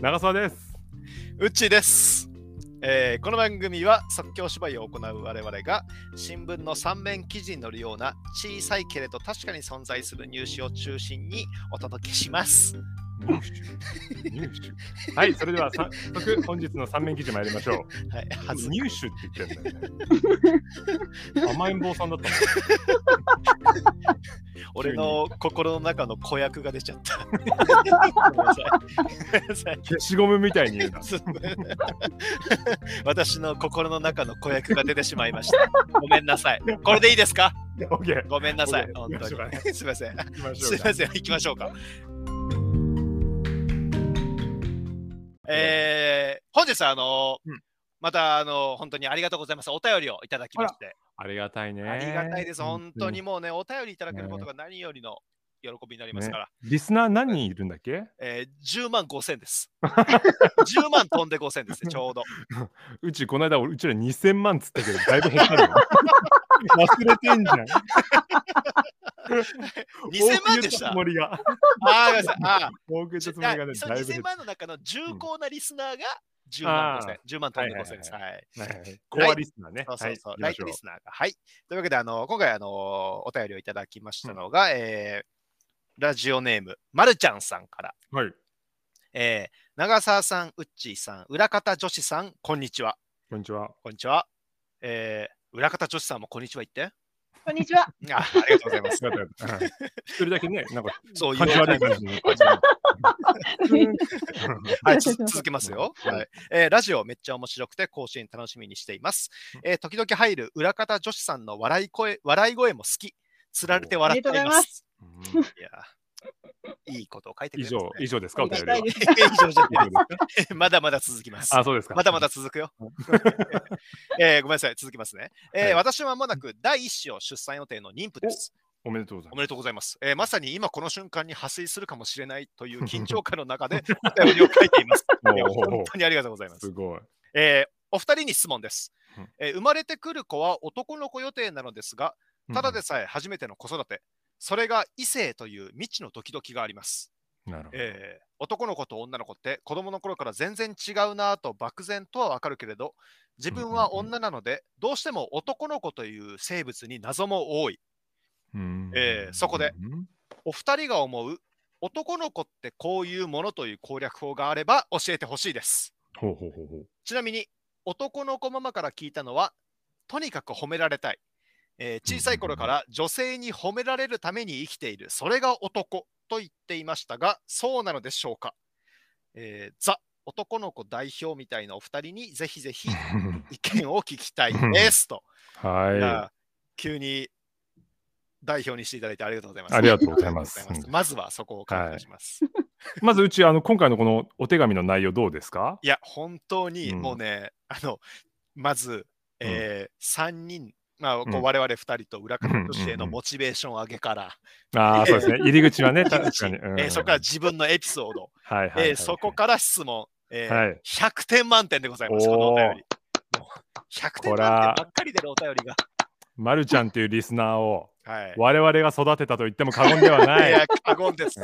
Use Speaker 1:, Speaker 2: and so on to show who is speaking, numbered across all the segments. Speaker 1: 長澤です。
Speaker 2: うっちーです、えーこの番組は即興芝居を行う我々が新聞の3面記事に載るような小さいけれど確かに存在する入試を中心にお届けします。
Speaker 1: 入手入手はい、それではさ早速本日の三面記事参りましょう。
Speaker 2: はい、はず
Speaker 1: 入手って言ってんだよね。甘えん坊さんだったの。
Speaker 2: 俺 の心の中の子役が出ちゃった。ごめんなさいごめんなさい
Speaker 1: 消しゴムみたいに言うな。
Speaker 2: すごい私の心の中の子役が出てしまいました。ごめんなさい。これでいいですか
Speaker 1: オッケー。
Speaker 2: ごめんなさい。
Speaker 1: ご
Speaker 2: 本
Speaker 1: めん
Speaker 2: 当
Speaker 1: 行きましょう
Speaker 2: に。すいません。
Speaker 1: 行きましょ
Speaker 2: す
Speaker 1: う
Speaker 2: い
Speaker 1: か
Speaker 2: ま。せん、行きましょうか。えー、本日はあの、
Speaker 1: うん
Speaker 2: またあの本当にありがとうございます。お便りをいただきまして、
Speaker 1: ありがたいね。
Speaker 2: ありがたいです。本当に。もうね、お便りいただけることが何よりの喜びになりますから、
Speaker 1: リスナー何人いるんだっけ？
Speaker 2: えー、10万5千 です。10万飛んで5千ですね、ちょう ど。
Speaker 1: うちこの間俺うちら2000万っつったけどだいぶ減ったのよ。忘れてんじゃん。
Speaker 2: 2000万でし
Speaker 1: 多く言った
Speaker 2: た
Speaker 1: つもりが。
Speaker 2: あー、ごめんなさい。あー
Speaker 1: 多く言った
Speaker 2: じゃ
Speaker 1: つも
Speaker 2: あ
Speaker 1: りがね、
Speaker 2: そ
Speaker 1: だ
Speaker 2: の
Speaker 1: いぶ減
Speaker 2: 2000
Speaker 1: った。
Speaker 2: 万の中の重厚なリスナーが10万5千、10万飛んで5千です。
Speaker 1: は
Speaker 2: はい。
Speaker 1: はいはいコアリスナーね。
Speaker 2: そうそうそう、
Speaker 1: は
Speaker 2: ラ
Speaker 1: い行
Speaker 2: イ
Speaker 1: き
Speaker 2: ト
Speaker 1: ま
Speaker 2: リ
Speaker 1: し
Speaker 2: スナーが。はい。というわけで、あの今回、あのお便りをいただきましたのが、えーラジオネーム、まるちゃんさんから、
Speaker 1: ょうはい。
Speaker 2: えー長澤さん、うっちーさん、裏方女子さん、こんにちは。
Speaker 1: こんにちは。
Speaker 2: こんにちは。えー裏方女子さんもこんにちは言って。
Speaker 3: こんにちは。
Speaker 2: あありがとうござい ます。
Speaker 1: よかったよかったうん一人だけ ね、なんか、
Speaker 2: そういう
Speaker 1: 感じ悪い感じの。
Speaker 2: はい、つ続けますよ、
Speaker 1: うん
Speaker 2: はいえーラジオめっちゃ面白くて更新楽しみにしています。えー時々入る裏方女子さんの笑い声笑い声も好き。つられて笑ってい
Speaker 3: ありがとうご
Speaker 2: ます。
Speaker 3: ざいま
Speaker 1: うん
Speaker 2: いやー、いいことを書いてく
Speaker 1: 以
Speaker 2: れますね
Speaker 1: 上、以上ですか、お便り
Speaker 3: あ
Speaker 1: は。
Speaker 3: りが
Speaker 1: 以
Speaker 3: た い
Speaker 2: 以上じゃない
Speaker 1: 上ですか
Speaker 2: まだまだ続きます。
Speaker 1: あ、そうですか。
Speaker 2: まだまだ。続くよ。 えーごめんなさい、続きますね。えー
Speaker 1: はい
Speaker 2: 私は間もなく第一子を出産予定の妊婦です。
Speaker 1: おめでとうござい
Speaker 2: お
Speaker 1: ま
Speaker 2: めでとうございます、えーまさに今この瞬間に破水するかもしれないと いう緊張感の中で お便りを書いています。
Speaker 1: おー
Speaker 2: いや本当にありがとうございます
Speaker 1: す。。すごい。
Speaker 2: えーお二人に質問です
Speaker 1: うん、。
Speaker 2: えー生まれてくる子は男の子予定なのですが、ただですさえ初めての子育て、それが異性という未知のドキドキがあります。
Speaker 1: なるほど。
Speaker 2: えー男の子と女の子って子供の頃から全然違うなぁと漠然とはわかるけれど自分は女なのでどうしても男の子という生物に謎も多い
Speaker 1: うん
Speaker 2: えーそこで。
Speaker 1: うん
Speaker 2: お二人が思う男の子ってこういうものという攻略法があれば教えてほしいです
Speaker 1: ほうほうほうほう。
Speaker 2: ちなみに男の子ママから聞いたのはとにかく褒められたい、えー小さい頃から女性に褒められるために生きているそれが男と言っていましたがそうなのでしょうか、えーザ男の子代表みたいなお二人にぜひ ぜひ意見を聞きたいですと、い
Speaker 1: は
Speaker 2: や急に代表にしていただいてありがとうございます
Speaker 1: ありがとうございます
Speaker 2: ありがとうございまずはそこを確認します、い、
Speaker 1: い。まず、うち、あの、今回のこのお手紙の内容どうですか
Speaker 2: や本当に
Speaker 1: うん
Speaker 2: もうね、あのまず、え3人まあ、こう
Speaker 1: うん
Speaker 2: 我々2人と裏方として
Speaker 1: うんうんう
Speaker 2: の
Speaker 1: ん
Speaker 2: モチベーション上げから、
Speaker 1: ああ、そうですね。入り口はね、 確かに。
Speaker 2: えーそこから自分のエピソード、
Speaker 1: ら、 はいはいはい
Speaker 2: えーそこから質問、えー
Speaker 1: はい
Speaker 2: 100点満点でございます、
Speaker 1: おー
Speaker 2: このお便り。もう100点
Speaker 1: こ
Speaker 2: 満点
Speaker 1: ら
Speaker 2: ばっかりでるお便りが。
Speaker 1: まるちゃんっていうリスナーを
Speaker 2: はい、
Speaker 1: 我々が育てたと言っても過言ではないい。
Speaker 2: や、過言です。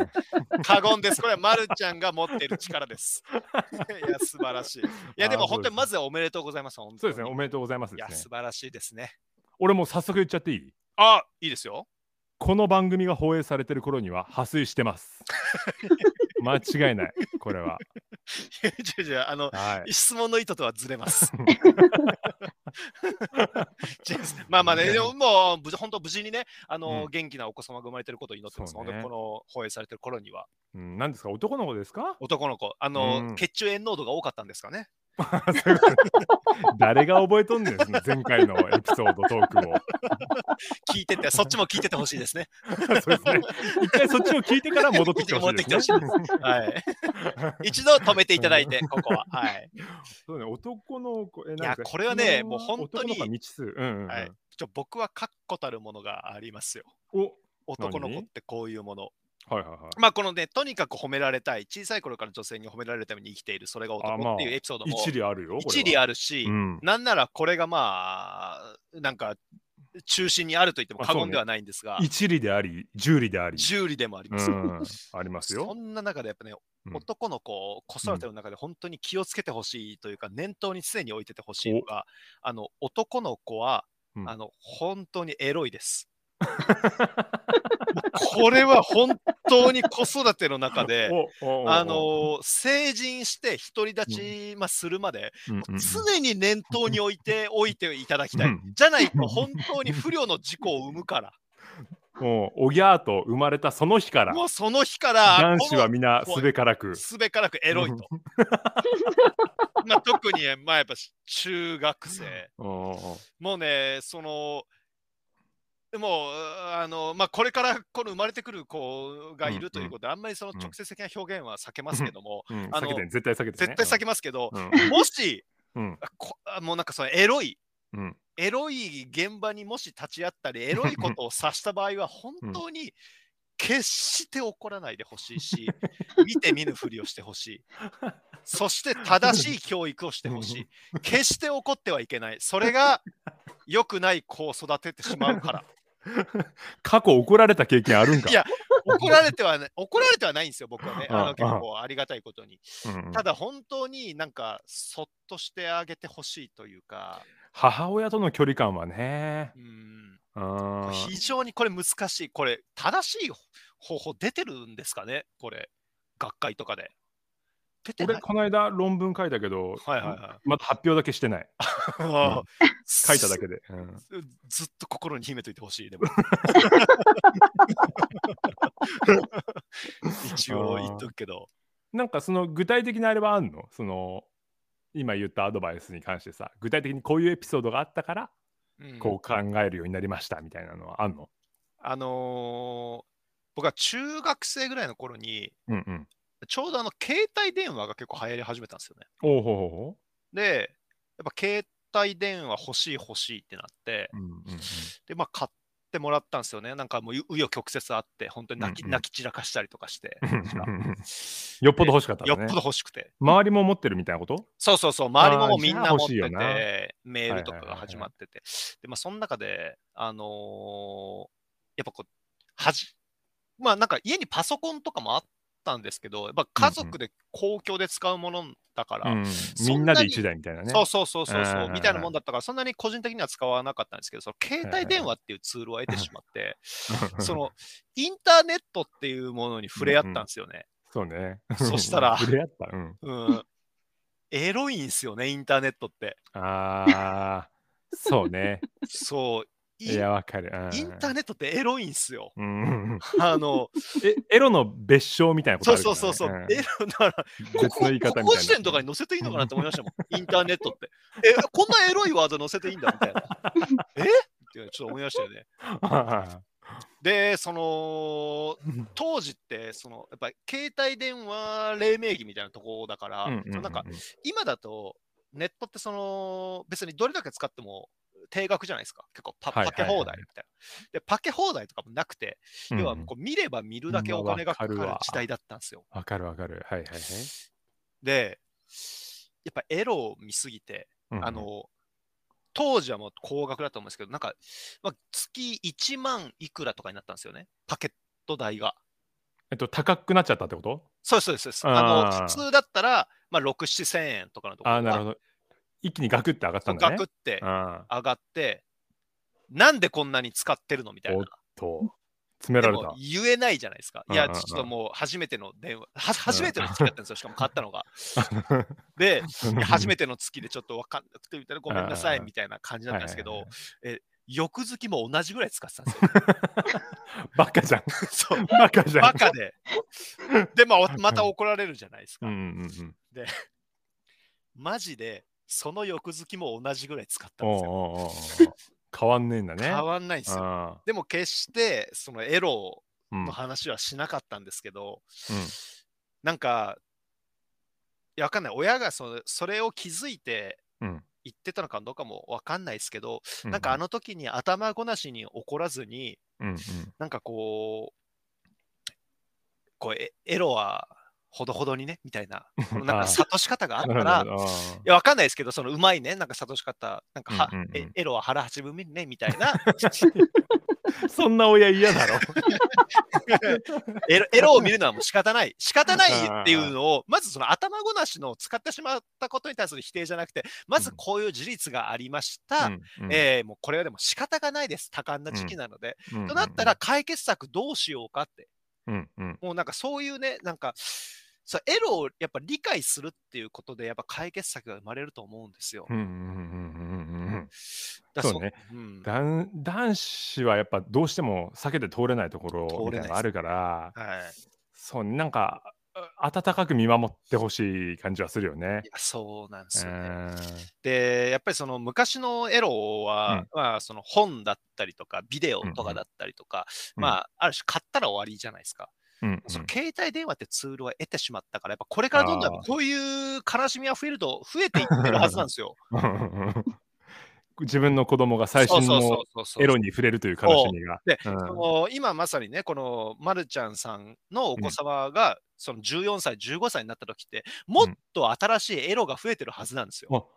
Speaker 2: 過言です。これはまるちゃんが持ってる力です。 いや、素晴らしい。いや、で
Speaker 1: あー
Speaker 2: も
Speaker 1: そう
Speaker 2: 本当
Speaker 1: です
Speaker 2: にまずはおめでとうございます。
Speaker 1: そうですね、お
Speaker 2: ね。
Speaker 1: めでとうございます
Speaker 2: い
Speaker 1: で
Speaker 2: や、
Speaker 1: す
Speaker 2: 素
Speaker 1: ね。
Speaker 2: 晴らしいですね。
Speaker 1: 俺もう早速言っちゃっていい
Speaker 2: あいいですよ。
Speaker 1: この番組が放映されてる頃には破水して ます。間違いない、これは。
Speaker 2: いや違う違うあの、
Speaker 1: はい。
Speaker 2: 質問の意図とはずれ ます。違いますまあまあね、でももう無事本当無事にね、あの、
Speaker 1: うん
Speaker 2: 元気なお子様が生まれてることを祈ってます。
Speaker 1: そうね
Speaker 2: 本当にこの放映されてる頃には、
Speaker 1: うん、何ですか、男の子ですか
Speaker 2: 男の子、あの、
Speaker 1: うん
Speaker 2: 血中炎濃度が多かったんですかね。
Speaker 1: そういうこと誰が覚えとんねん、そ の前回のエピソード、トークを。
Speaker 2: 聞いてて、そっちも聞いててほしいですね。
Speaker 1: そうですね。一回そっちを聞いてから戻ってきてほしいですね。
Speaker 2: はい。一度止めていただいて、ここは。はい。
Speaker 1: そうね、男の子、え
Speaker 2: いやこれはねもう本当
Speaker 1: 男
Speaker 2: に
Speaker 1: の子は未知数。うんうんうん、
Speaker 2: はいちょ僕は確固たるものがありますよ。
Speaker 1: お、
Speaker 2: 男の子っ
Speaker 1: 何
Speaker 2: てこういうもの。
Speaker 1: はいはいはい。
Speaker 2: まあこのね、とにかく褒められたい、小さい頃から女性に褒められるために生きている、それが
Speaker 1: あまあ
Speaker 2: 男っていうエピソードも
Speaker 1: 一理あるよ。
Speaker 2: 一理
Speaker 1: あ
Speaker 2: あるし、
Speaker 1: うん。
Speaker 2: なんならこれがまあ、なんか中心にあると言っても
Speaker 1: あそ
Speaker 2: 過
Speaker 1: うね
Speaker 2: 言ではないんですが、
Speaker 1: 一理であり、十理であり。
Speaker 2: 十理でもあります。
Speaker 1: うん、あります
Speaker 2: そ
Speaker 1: よ。
Speaker 2: んな中でやっぱね、
Speaker 1: うん
Speaker 2: 男の子を子育ての中で本当に気をつけてほしいというか、念頭に常に置いててほしいのが、あの男の子は、
Speaker 1: うん
Speaker 2: あの本当にエロ いです。これは本当に子育ての中で、
Speaker 1: おおお
Speaker 2: あの成人して独り立ち、まあ、するまで、
Speaker 1: うんうんうん
Speaker 2: 常に念頭に置いておいていただきたい。
Speaker 1: うん
Speaker 2: じゃないと本当に不慮の事故を生むか、
Speaker 1: もうおぎゃーと生まれたその日からら
Speaker 2: もうその日から、
Speaker 1: 男子はみんなすべからく
Speaker 2: すべからくエロいと。まあ、特に、まあ、やっぱ中学生。
Speaker 1: おお
Speaker 2: もうね、その、もう、あの、まあ、これからこの生まれてくる子がいるということで、あんまりその
Speaker 1: うん
Speaker 2: 直接的な表現は避けますけども、
Speaker 1: おうん
Speaker 2: あ
Speaker 1: 避
Speaker 2: の
Speaker 1: けて絶対避けて
Speaker 2: 絶対避
Speaker 1: け
Speaker 2: けますけど、
Speaker 1: うん
Speaker 2: もし、
Speaker 1: うん
Speaker 2: こあもうなんかそのエロい、
Speaker 1: うん
Speaker 2: エロい現場にもし立ち会ったり、エロいことを察した場合は、本当に決して怒らないでほしいし、見て見ぬふりをしてほしい。そして正しい教育をしてほしい。決して怒ってはいけない。それが良くない子を育ててしまうから。
Speaker 1: 過去怒られた経験あるんか
Speaker 2: いや怒られてはな怒られてはないんですよ、僕はね。あ
Speaker 1: あ
Speaker 2: の
Speaker 1: あ
Speaker 2: 結構ありがたいことに。
Speaker 1: うんうん
Speaker 2: ただ本当になんかそっとしてあげてほしいというか、
Speaker 1: 母親との距離感はね
Speaker 2: うん
Speaker 1: うん
Speaker 2: 非常にこれ難しい。これ正しい方法出てるんですかねこれ、学会とかで。出てな
Speaker 1: 俺
Speaker 2: い
Speaker 1: この間論文書いたけど
Speaker 2: はいはいは
Speaker 1: まだ発表だけしてない
Speaker 2: い。
Speaker 1: 書いただけでうん
Speaker 2: ず ずっと心に秘めといてほしい、で も。一応言っとくけど。
Speaker 1: なんかその具体的なあれはあんのその今言ったアドバイスに関してさ具体的にこういうエピソードがあったから
Speaker 2: うん
Speaker 1: こう考えるようになりましたみたいなのはあんの
Speaker 2: あのー僕は中学生ぐらいの頃に、
Speaker 1: うんうん。
Speaker 2: ちょうどあの携帯電話が結構流行り始めたんですよね。
Speaker 1: おうほうほうほ
Speaker 2: で、やっぱ携帯電話欲しい欲しいってなって、
Speaker 1: う。うんうんうん
Speaker 2: で、まあ買ってもらったんですよね。なんかもう紆紆余曲折あって、本当に泣き,、
Speaker 1: うんうん
Speaker 2: 泣き散らかしたりとかして、確か
Speaker 1: よっぽど欲しかったん
Speaker 2: よ
Speaker 1: だ
Speaker 2: っぽ
Speaker 1: ね
Speaker 2: ど。欲しくて。
Speaker 1: 周りも持ってるみたいなこと
Speaker 2: そうそうそう、周りもも
Speaker 1: あ
Speaker 2: う
Speaker 1: ー
Speaker 2: みん
Speaker 1: じゃあ
Speaker 2: な持
Speaker 1: 欲
Speaker 2: って、
Speaker 1: していよな
Speaker 2: メールとか
Speaker 1: はいはいはい
Speaker 2: が
Speaker 1: はい
Speaker 2: 始まってて、でまあ、その中で、あのーやっぱこう、はじ、まあなんか家にパソコンとかもあったんですけど、やっぱ家族で公共で使うものだから、
Speaker 1: うん
Speaker 2: んなに
Speaker 1: みんなで一台みたいなね。
Speaker 2: そうそうそうそう
Speaker 1: うん
Speaker 2: そ
Speaker 1: うん
Speaker 2: う、
Speaker 1: うん
Speaker 2: みたいなもんだったから、そんなに個人的には使わなかったんですけど、その携帯電話っていうツールを得てしまって、 そのインターネットっていうものに触れ合ったんですよね。
Speaker 1: そうね。
Speaker 2: そしたら
Speaker 1: 触れ合った。うん。
Speaker 2: うん、エロいんですよね、インターネットって。
Speaker 1: ああ、そうね。
Speaker 2: そう。イ
Speaker 1: い
Speaker 2: ン
Speaker 1: や、わかる。
Speaker 2: イン
Speaker 1: ネ
Speaker 2: ター
Speaker 1: ッ
Speaker 2: ネットってエロいん すよ。
Speaker 1: ト。うんうんうん
Speaker 2: あの、
Speaker 1: え、エロの別称みたいなこと
Speaker 2: そ
Speaker 1: あ
Speaker 2: う
Speaker 1: る
Speaker 2: そうそうそう、
Speaker 1: からね
Speaker 2: エロだから、
Speaker 1: うん
Speaker 2: こ
Speaker 1: 別
Speaker 2: こ
Speaker 1: の言い方
Speaker 2: こ
Speaker 1: みた
Speaker 2: こ
Speaker 1: いな。
Speaker 2: 時 点とかに載せていいのかなって思いましたもん。インターネットって。え、こんなエロいワード載せていいんだみたいな。 えってちょっと思いましたよね。で、その、当時って、その、やっぱり携帯電話黎明期みたいなとこだから、
Speaker 1: うんうん
Speaker 2: そのなんか、今だと、ネットってその、別にどれだけ使っても定額じゃないですか。結構パ、
Speaker 1: はいは
Speaker 2: パ
Speaker 1: い
Speaker 2: ケ
Speaker 1: はい
Speaker 2: 放題みたいな。で、パケ放題とかもなくて、
Speaker 1: うん
Speaker 2: 要はこう見れば見るだけお金がかかる
Speaker 1: うんわかるわ
Speaker 2: 時代だったんですよ。
Speaker 1: わかるわかる。はいはいはい。
Speaker 2: で、やっぱエロを見すぎて、
Speaker 1: うん
Speaker 2: あ、の、当時はもう高額だと思うんですけど、なんか、まあ、月1万いくらとかになったんですよね、パケット代が。
Speaker 1: えっと、高くなっちゃったってこと
Speaker 2: そうです、そうですそうです。
Speaker 1: あ
Speaker 2: あ
Speaker 1: ー
Speaker 2: の普通だったら、まあ、6、7千円とかのところ
Speaker 1: あ
Speaker 2: が
Speaker 1: あ、なるほど。一気にガクって上がったんだ
Speaker 2: ガ
Speaker 1: ね。
Speaker 2: クって
Speaker 1: あ
Speaker 2: 上がって、なんでこんなに使ってるのみたい
Speaker 1: お。
Speaker 2: な
Speaker 1: と、詰め
Speaker 2: で
Speaker 1: られ
Speaker 2: も
Speaker 1: た。
Speaker 2: 言えないじゃないですか。
Speaker 1: う
Speaker 2: い
Speaker 1: ん
Speaker 2: や、
Speaker 1: うんうん
Speaker 2: ちょっともう初めての電話、は初めての月だったんですよ、しかも買ったのが。で、 いや初めての月でちょっと分かんなくてみたいな、ごめんなさい
Speaker 1: うん
Speaker 2: みたいな感じだったんです
Speaker 1: は
Speaker 2: け
Speaker 1: い
Speaker 2: ど
Speaker 1: は、
Speaker 2: 翌月も同じぐらい使ってたんですよ。
Speaker 1: バカじゃん。
Speaker 2: そう
Speaker 1: バカじゃん。
Speaker 2: バカで。で、まあ、おまた怒られるじゃないです
Speaker 1: う
Speaker 2: か
Speaker 1: ん。うんうん
Speaker 2: マジで、その翌月も同じぐらい使ったん
Speaker 1: おう
Speaker 2: ですよ。
Speaker 1: おうおうおう変わんねえんだね。
Speaker 2: 変わんないんですよ。
Speaker 1: あ
Speaker 2: でも、決して、そのエロ
Speaker 1: ーうん
Speaker 2: の話はしなかったんですけど、
Speaker 1: うん
Speaker 2: なんか、いや、わかんない。親がそそれを気づいて
Speaker 1: うん
Speaker 2: 言ってたのかどうかもわかんないですけど、
Speaker 1: う
Speaker 2: なんかあの時に頭ごなしに怒らずに、
Speaker 1: うんうん
Speaker 2: なんかこう、こうエエロはほどほどにね、みたいな、このなん
Speaker 1: あ
Speaker 2: か
Speaker 1: ー
Speaker 2: 諭し方があった
Speaker 1: な
Speaker 2: ら、
Speaker 1: るほどあ
Speaker 2: いや、わかんないですけど、そのうまいね、なんか諭し方、なんかは、
Speaker 1: うんうんうん
Speaker 2: えエロは腹八分目ね、みたいな、
Speaker 1: ーそんな親嫌だろ。
Speaker 2: エロエ ロを見るのはもう仕方ない。仕方ないっていうのを、まずその頭ごなしのを使ってしまったことに対する否定じゃなくて、まずこういう事実がありました。えーもうこれはでも仕方がないです。多感な時期なので。となったら、解決策どうしようかって。
Speaker 1: うんうん
Speaker 2: もうなんかそういうね、なんか、そうエロをやっぱ理解するっていうことで、やっぱ解決策が生まれると思うんですよ。
Speaker 1: うんうんうんうんうんうん
Speaker 2: だから
Speaker 1: そうね。
Speaker 2: うん
Speaker 1: 男男子はやっぱどうしても避けて通れないところみたいなのがあるから、
Speaker 2: はい、い
Speaker 1: そうなんかあ温かく見守ってほしい感じはするよね。
Speaker 2: やそうなんです
Speaker 1: う
Speaker 2: よね。
Speaker 1: ん
Speaker 2: でやっぱりその昔のエロは、まあ、その本だったりとかビデオとかだったりとか、
Speaker 1: うん
Speaker 2: まあ、ある種買ったら終わりじゃないですか、
Speaker 1: うん
Speaker 2: その携帯電話ってツールは得てしまったからやっぱこれからどんどん
Speaker 1: あー
Speaker 2: こういう悲しみは増えると増えていってるはずなんですよ
Speaker 1: うん自分の子供が 最新
Speaker 2: そうそう
Speaker 1: の
Speaker 2: そうそう
Speaker 1: エロに触れるという悲しみが。
Speaker 2: で
Speaker 1: うん
Speaker 2: その今まさにねこのまるちゃんさんのお子様が、その14歳15歳になった時ってもっと新しいエロが増えてるはずなんですよ、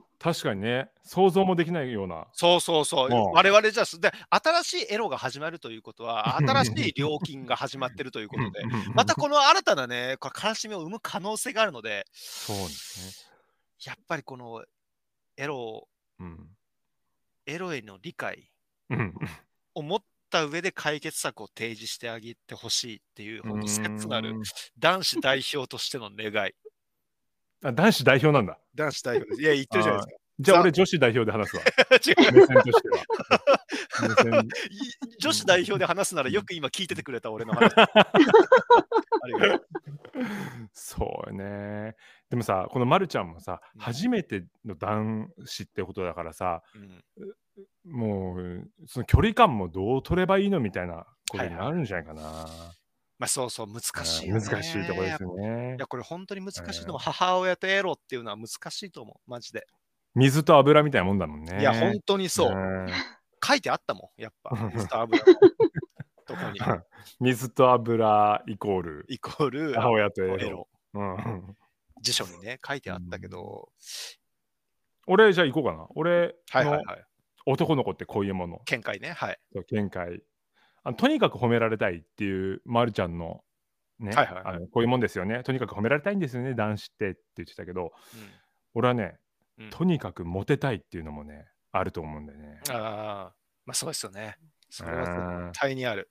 Speaker 1: あ確かにね想像もできないような。
Speaker 2: そうそうそう、
Speaker 1: うん
Speaker 2: 我々じゃで新しいエロが始まるということは、新しい料金が始まってるということで、またこの新たなね、これ悲しみを生む可能性があるので、
Speaker 1: そうです
Speaker 2: やっぱりこのエロ、
Speaker 1: ね。うん
Speaker 2: エロへの理解
Speaker 1: うん
Speaker 2: を持った上で解決策を提示してあげてほしいっていう、ほんと切な
Speaker 1: う
Speaker 2: る
Speaker 1: ん
Speaker 2: 男子代表としての願い。
Speaker 1: あ男子代表なんだ。
Speaker 2: 男子代表です。いや、言ってるじゃない
Speaker 1: じゃあ
Speaker 2: さ
Speaker 1: 俺女子代表で話す わ。
Speaker 2: ですか。違う
Speaker 1: 目線としては。目線
Speaker 2: い女子代表で話すなら、よく今聞いててくれた俺の 話。ありがとう。
Speaker 1: そうよね。でもさ、このまるちゃんもさ、
Speaker 2: うん
Speaker 1: 初めての男子ってことだからさ、
Speaker 2: うん
Speaker 1: もうその距離感もどう取ればいいのみたいなことになるんじゃないかな。
Speaker 2: まあ、そうそう、難しいよ
Speaker 1: う
Speaker 2: ね。
Speaker 1: ん難しいとこですよね
Speaker 2: いや、。これ本当に難しいと思う。
Speaker 1: うん
Speaker 2: 母親とエロっていうのは難しいと思う。マジで。
Speaker 1: 水と油みたいなもんだもんね。
Speaker 2: いや、本当にそう。
Speaker 1: ん
Speaker 2: 書いてあったもん。やっぱ、
Speaker 1: うん
Speaker 2: ミスター油のとこ に。
Speaker 1: 水と油イコール
Speaker 2: イコール、
Speaker 1: 母親とエロ。
Speaker 2: エロ。
Speaker 1: うん、
Speaker 2: 辞書にね、書いてあったけど。
Speaker 1: 俺、じゃあ行こうかな。俺
Speaker 2: はいは
Speaker 1: の
Speaker 2: いはい。
Speaker 1: 男の子ってこういうもの。
Speaker 2: 見解ね。はい。
Speaker 1: そう見解あのとにかく褒められたいっていう、ま、るちゃんの,、ね
Speaker 2: はいはいはい
Speaker 1: あのこういうもんですよねとにかく褒められたいんですよね男子ってって言ってたけど俺はね
Speaker 2: うんうん
Speaker 1: とにかくモテたいっていうのもねあると思うんだよね。
Speaker 2: ああ、まあそうですよね。それ
Speaker 1: うん
Speaker 2: は絶対にある。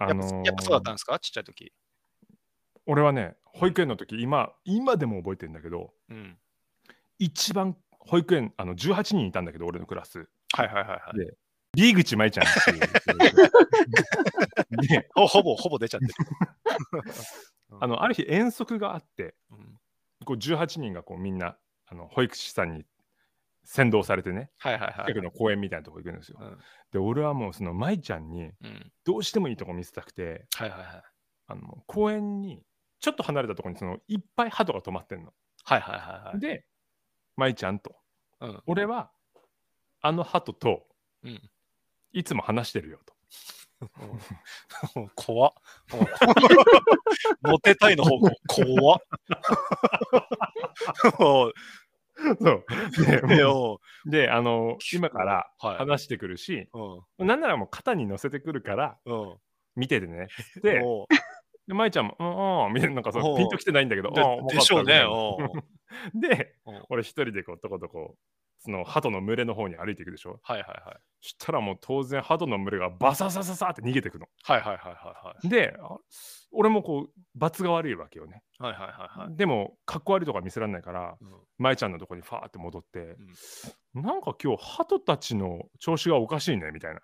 Speaker 2: や
Speaker 1: あ
Speaker 2: っぱ
Speaker 1: のー
Speaker 2: やっぱそうだったんですかちっちゃい時。
Speaker 1: 俺はね保育園の時今今でも覚えてるんだけど
Speaker 2: うん。
Speaker 1: 一番保育園あの18人いたんだけど俺のクラス
Speaker 2: はいはいはいはい。
Speaker 1: リーグチマイちゃんっていうで
Speaker 2: ほほぼ、ほぼ出ちゃってる。
Speaker 1: あのある日遠足があって
Speaker 2: うん
Speaker 1: こう18人がこうみんなあの保育士さんに先導されてね
Speaker 2: はいはいはい
Speaker 1: 近く。の公園みたいなとこ行くんですよ。
Speaker 2: うん
Speaker 1: で俺はもうその舞ちゃんに
Speaker 2: うん
Speaker 1: どうしてもいいとこ見せたくて
Speaker 2: はいはいはい。
Speaker 1: あの公園にちょっと離れたとこにそのいっぱい鳩が止まってんの。
Speaker 2: はいはいはいはい。
Speaker 1: で舞ちゃんと
Speaker 2: うん
Speaker 1: 俺はあの鳩と
Speaker 2: うん
Speaker 1: いつも話してるよと。
Speaker 2: うん怖っ。モテたいの方向、怖っ。も
Speaker 1: そうで
Speaker 2: うね
Speaker 1: も
Speaker 2: も
Speaker 1: うであの今から
Speaker 2: うはい。
Speaker 1: 話してくるし
Speaker 2: うん。
Speaker 1: なんならもう肩に乗せてくるから
Speaker 2: うん。
Speaker 1: 見ててねっつって。
Speaker 2: も
Speaker 1: で、舞ちゃんも、うんうん、みたいな、なんか
Speaker 2: お
Speaker 1: そうう、ピンときてないんだけど、
Speaker 2: う
Speaker 1: うん
Speaker 2: ででしょうね。。
Speaker 1: わか
Speaker 2: うん
Speaker 1: ったみたいな で
Speaker 2: うん、
Speaker 1: 俺一人でこう、とことこ、その鳩の群れの方に歩いていくでしょ。
Speaker 2: はいはいはい。
Speaker 1: そしたらもう当然、鳩の群れがバササササって逃げてくの。
Speaker 2: はいはいはいは
Speaker 1: で、あ俺もこう、罰が悪いわけよね。
Speaker 2: いはい。はいはいはいはい。
Speaker 1: でも、かっこ悪いとか見せられないから、
Speaker 2: うん
Speaker 1: 舞ちゃんのとこにファーって戻って、なんか今日、鳩たちの調子がおかしいね、みたいな。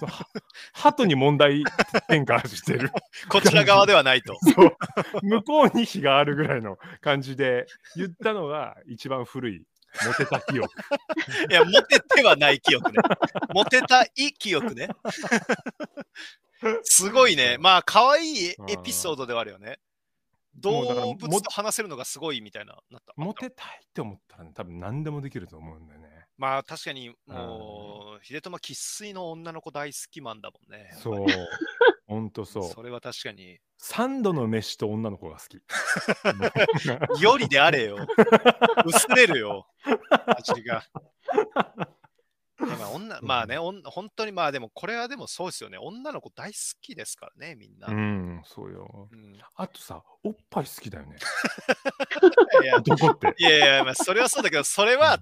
Speaker 1: そうは鳩に問題転換してる。
Speaker 2: こちら側ではないと。
Speaker 1: そう向こうに日があるぐらいの感じで言ったのが一番古いモテた記憶
Speaker 2: いや、モテてはない記憶ね。モテたい記憶ね。すごいね。まあ、可愛いエピソードではあるよね。
Speaker 1: もうだから
Speaker 2: 動物と話せるのがすごいみたいな、なった。
Speaker 1: モテたいって思ったら、ね、多分何でもできると思うん だよね
Speaker 2: まあ確かにもう、秀友生粋の女の子大好きマンだもんね。
Speaker 1: そう ほんとそう
Speaker 2: それは確かに。
Speaker 1: 三度の飯と女の子が好 き
Speaker 2: よ りであれよ。薄れるよ。味が。いやまあ女まあね、おん本当にまあでも、これはでもそうですよね。女の子大好きですからね、みんな。
Speaker 1: うん、そうよ。
Speaker 2: うん
Speaker 1: あとさ、おっぱい好きだよね。
Speaker 2: いや
Speaker 1: 男 って。
Speaker 2: いやいや、まあ、それはそうだけど、それは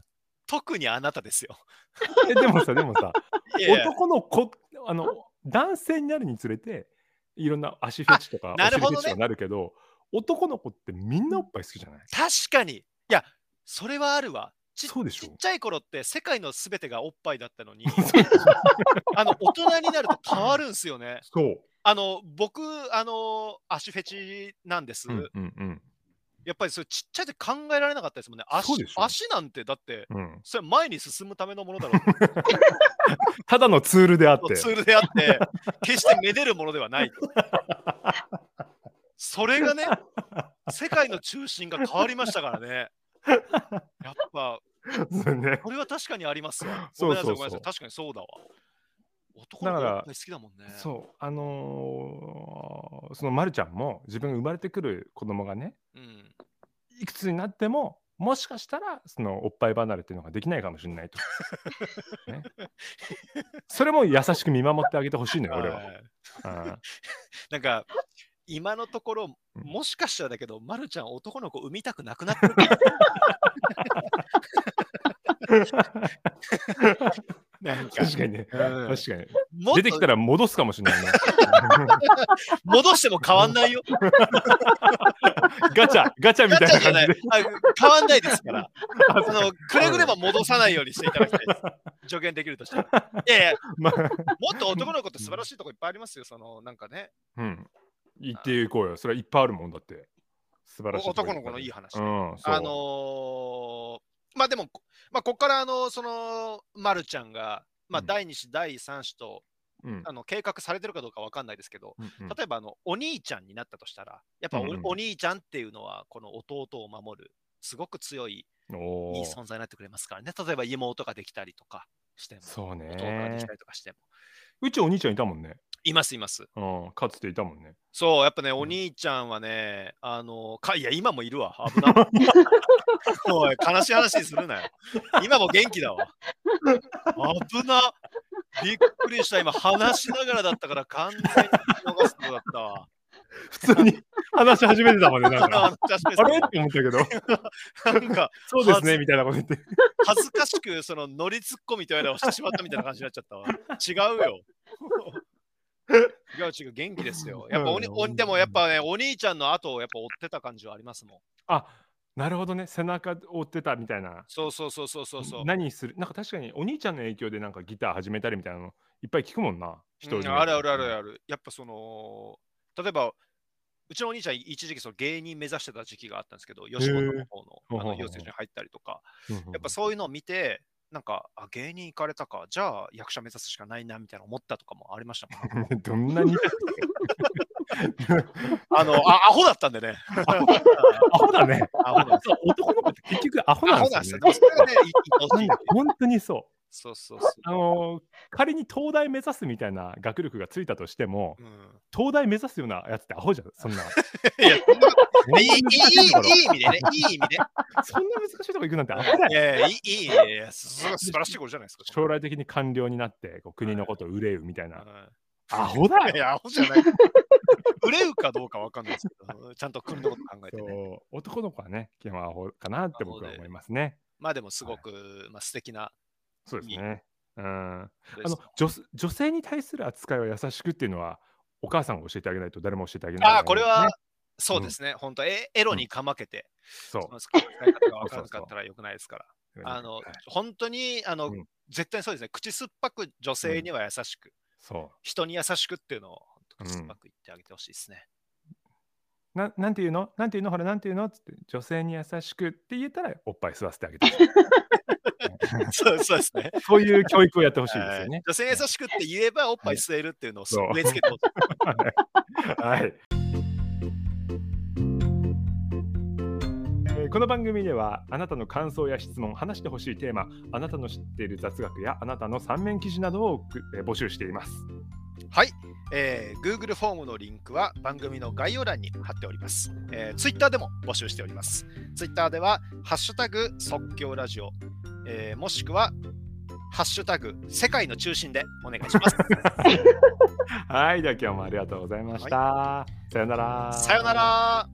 Speaker 2: 特にあなたですよ。
Speaker 1: えでもさ、でもさ、
Speaker 2: いやいや
Speaker 1: 男の子、あの、男性になるにつれて、いろんな足フェチとか、
Speaker 2: あなる
Speaker 1: お尻
Speaker 2: ほ
Speaker 1: フェ
Speaker 2: どね
Speaker 1: チとかなるけど、男の子ってみんなおっぱい好きじ ゃない、
Speaker 2: 確かに。いや、それはあるわ。ち
Speaker 1: そうでし
Speaker 2: ち
Speaker 1: ょ
Speaker 2: っちゃい頃って世界のすべてがおっぱいだった のに、あの大人になると変わるんすよね。
Speaker 1: そう。
Speaker 2: あの僕、あの足フェチなんです。
Speaker 1: うんうんうん。
Speaker 2: やっぱりそれちっちゃいって考えられなかったですもんね。足
Speaker 1: そうでしょ
Speaker 2: 足なんてだって、
Speaker 1: うん、
Speaker 2: それは前に進むためのものだろ う
Speaker 1: た だのツールであって。
Speaker 2: ツールであって、決してめでるもので はないと。それがね、世界の中心が変わりましたからね。やっぱ、
Speaker 1: そうね。
Speaker 2: これは確かにありますわ。
Speaker 1: そうそうそう
Speaker 2: ごめんなさい、ごめんなさい。確かにそうだわ。男の子
Speaker 1: だから
Speaker 2: やっぱり好きだもんね。
Speaker 1: そう、あのーそのまるちゃんも自分が生まれてくる子供がね、
Speaker 2: うん。
Speaker 1: いくつになっても、もしかしたらそのおっぱい離れっていうのができないかもしれない と。ね、それも優しく見守ってあげてほしいのよ、俺は。
Speaker 2: はい
Speaker 1: あ
Speaker 2: なんか、今のところ、
Speaker 1: うん
Speaker 2: もしかしたらだけど、まるちゃん男の子産みたくなくなっ てる。な
Speaker 1: ー
Speaker 2: ん
Speaker 1: 確かにね。
Speaker 2: うん
Speaker 1: 確かに。
Speaker 2: もっ
Speaker 1: 出
Speaker 2: と
Speaker 1: てきたら戻すかもしれない ね。
Speaker 2: 戻しても変わんないよ。
Speaker 1: ガチャ、ガチャ み
Speaker 2: ガ
Speaker 1: たい
Speaker 2: チ
Speaker 1: な
Speaker 2: ャじゃ
Speaker 1: 感
Speaker 2: ない
Speaker 1: じで。。
Speaker 2: あ変わんないですから。
Speaker 1: あ
Speaker 2: あのくれぐれも戻さないようにしていただきたいです。助言できるとしたら。いやいや、
Speaker 1: まあ、
Speaker 2: もっと男の子って素晴らしいとこいっぱいありますよ。そのなんかね、
Speaker 1: うん。言っていこうよ。それはいっぱいあるもんだって。素晴らしい。
Speaker 2: 男の子のいい話
Speaker 1: う。ん、そう
Speaker 2: あのーまあでも、まあ、ここからあのその、ま、るちゃんが、まあ、
Speaker 1: うん
Speaker 2: 第2子、第3子と
Speaker 1: うん
Speaker 2: あの計画されてるかどうかわかんないですけど、
Speaker 1: うんうん
Speaker 2: 例えばあのお兄ちゃんになったとしたら、やっぱお,、
Speaker 1: うんうん
Speaker 2: お兄ちゃんっていうのは、この弟を守る、すごく強い、
Speaker 1: おー
Speaker 2: いい存在になってくれますからね。例えば妹ができたりとかしても、
Speaker 1: そう
Speaker 2: 弟がで
Speaker 1: ね
Speaker 2: きた。りとかしても。
Speaker 1: うちお兄ちゃんいたもんね。
Speaker 2: います、います。
Speaker 1: うん、かつていたもんね。
Speaker 2: そう、やっぱね、
Speaker 1: ん
Speaker 2: お兄ちゃんはね、あの、かいや、今もいるわ。危ない。おい、悲しい話にするなよ。今も元気だわ。危な。びっくりした。今、話しながらだったから完全に逃すことだったわ。
Speaker 1: 普通に 話し始めてたもんね。 なんか、
Speaker 2: 私
Speaker 1: あれって思ったけど、
Speaker 2: なんか、
Speaker 1: そうですね、みたいなこと言って。
Speaker 2: 恥ずかしく、その、乗りツッコミとやらをしてしまったみたいな感じになっちゃったわ。違うよ。違う違う、元気ですよ。やっぱおに、おにでもやっぱね、お兄ちゃんの後をやっぱ追ってた感じはありますもん。
Speaker 1: あなるほどね、背中追ってたみたいな。
Speaker 2: そうそうそうそうそうそう。
Speaker 1: 何するなんか確かにお兄ちゃんの影響でなんかギター始めたりみたいなのいっぱい聞くもんな。人
Speaker 2: うんあるあるあるある。やっぱその、例えば、うちのお兄ちゃん、一時期その芸人目指してた時期があったんですけど、吉本の
Speaker 1: ほ
Speaker 2: 方のあ
Speaker 1: うほうほ
Speaker 2: の
Speaker 1: う
Speaker 2: 養成所に入ったりとか、
Speaker 1: や
Speaker 2: やっぱそういうのを見て、なんか、あ、芸人行かれたか、じゃあ役者目指すしかないな、みたいな思ったとかもありましたもん。
Speaker 1: うん。 どん なに
Speaker 2: あの、あアホだったんでね。
Speaker 1: アホだね。
Speaker 2: アホなんです。
Speaker 1: 男の子って結局アホ
Speaker 2: ア
Speaker 1: な
Speaker 2: ホ
Speaker 1: ん
Speaker 2: なん
Speaker 1: です
Speaker 2: ですよ。
Speaker 1: よ
Speaker 2: でも
Speaker 1: ね。
Speaker 2: それがね、いいいい
Speaker 1: なんか本当にそう。
Speaker 2: そうそうそう。
Speaker 1: あのー仮に東大目指すみたいな学力がついたとしても、
Speaker 2: うん
Speaker 1: 東大目指すようなやつってアホじゃん、そんな。
Speaker 2: いや、いい
Speaker 1: そんない
Speaker 2: いいい
Speaker 1: 難しいところ
Speaker 2: いい意味でね、いい意味で。
Speaker 1: そんな難しいとこ行くなんてアホだよ。
Speaker 2: いやいやいいいいいやいや、すすごい素晴らしいことじゃないですか。
Speaker 1: 将来的に官僚になって、こう国のことを憂うみたいな。
Speaker 2: は
Speaker 1: アホだ
Speaker 2: いい
Speaker 1: よ。
Speaker 2: や、アホじゃない。 売れるかどうかわかんないですけど、ちゃんと国のこと考えてね。
Speaker 1: そう男の子はね、基本アホかなって僕は思いますね。
Speaker 2: まあでもすごく、まあ素敵な
Speaker 1: そうですね。うん、あ
Speaker 2: ことです
Speaker 1: の女女性に対する扱いは優しくっていうのはお母さんが教えてあげないと誰も教えてあげない、
Speaker 2: ああ、これは、そうですね、本当エエロにかまけて、
Speaker 1: そう
Speaker 2: その使い方がわからなかったらよくないですから。あの、
Speaker 1: はい
Speaker 2: 本当に、あの、
Speaker 1: うん
Speaker 2: 絶対そうですね、口酸っぱく女性には優しく、
Speaker 1: そ
Speaker 2: 人に優しくっていうのを、本当口酸っぱく言ってあげてほしいですね。
Speaker 1: うななんていうのなんていうのほらなんていうのつって女性に優しくって言えたらおっぱい吸わせてあげ て
Speaker 2: そうそうですね。
Speaker 1: そういう教育をやってほしいですよ
Speaker 2: は
Speaker 1: ね
Speaker 2: い。女性に優しくって言えばおっぱい吸えるっていうのをす
Speaker 1: そう
Speaker 2: 植え付けてほしい。
Speaker 1: はい。えーこの番組ではあなたの感想や質問、話してほしいテーマ、あなたの知っている雑学やあなたの三面記事などを送えー募集しています。
Speaker 2: はい、えー Google フォームのリンクは番組の概要欄に貼っております、えー Twitter でも募集しております Twitter では「ハッシュタグ即興ラジオ」えーもしくはハッシュタグ、世界の中心でお願いします。
Speaker 1: はい、では今日もありがとうござい ました。さよなら。
Speaker 2: さよなら。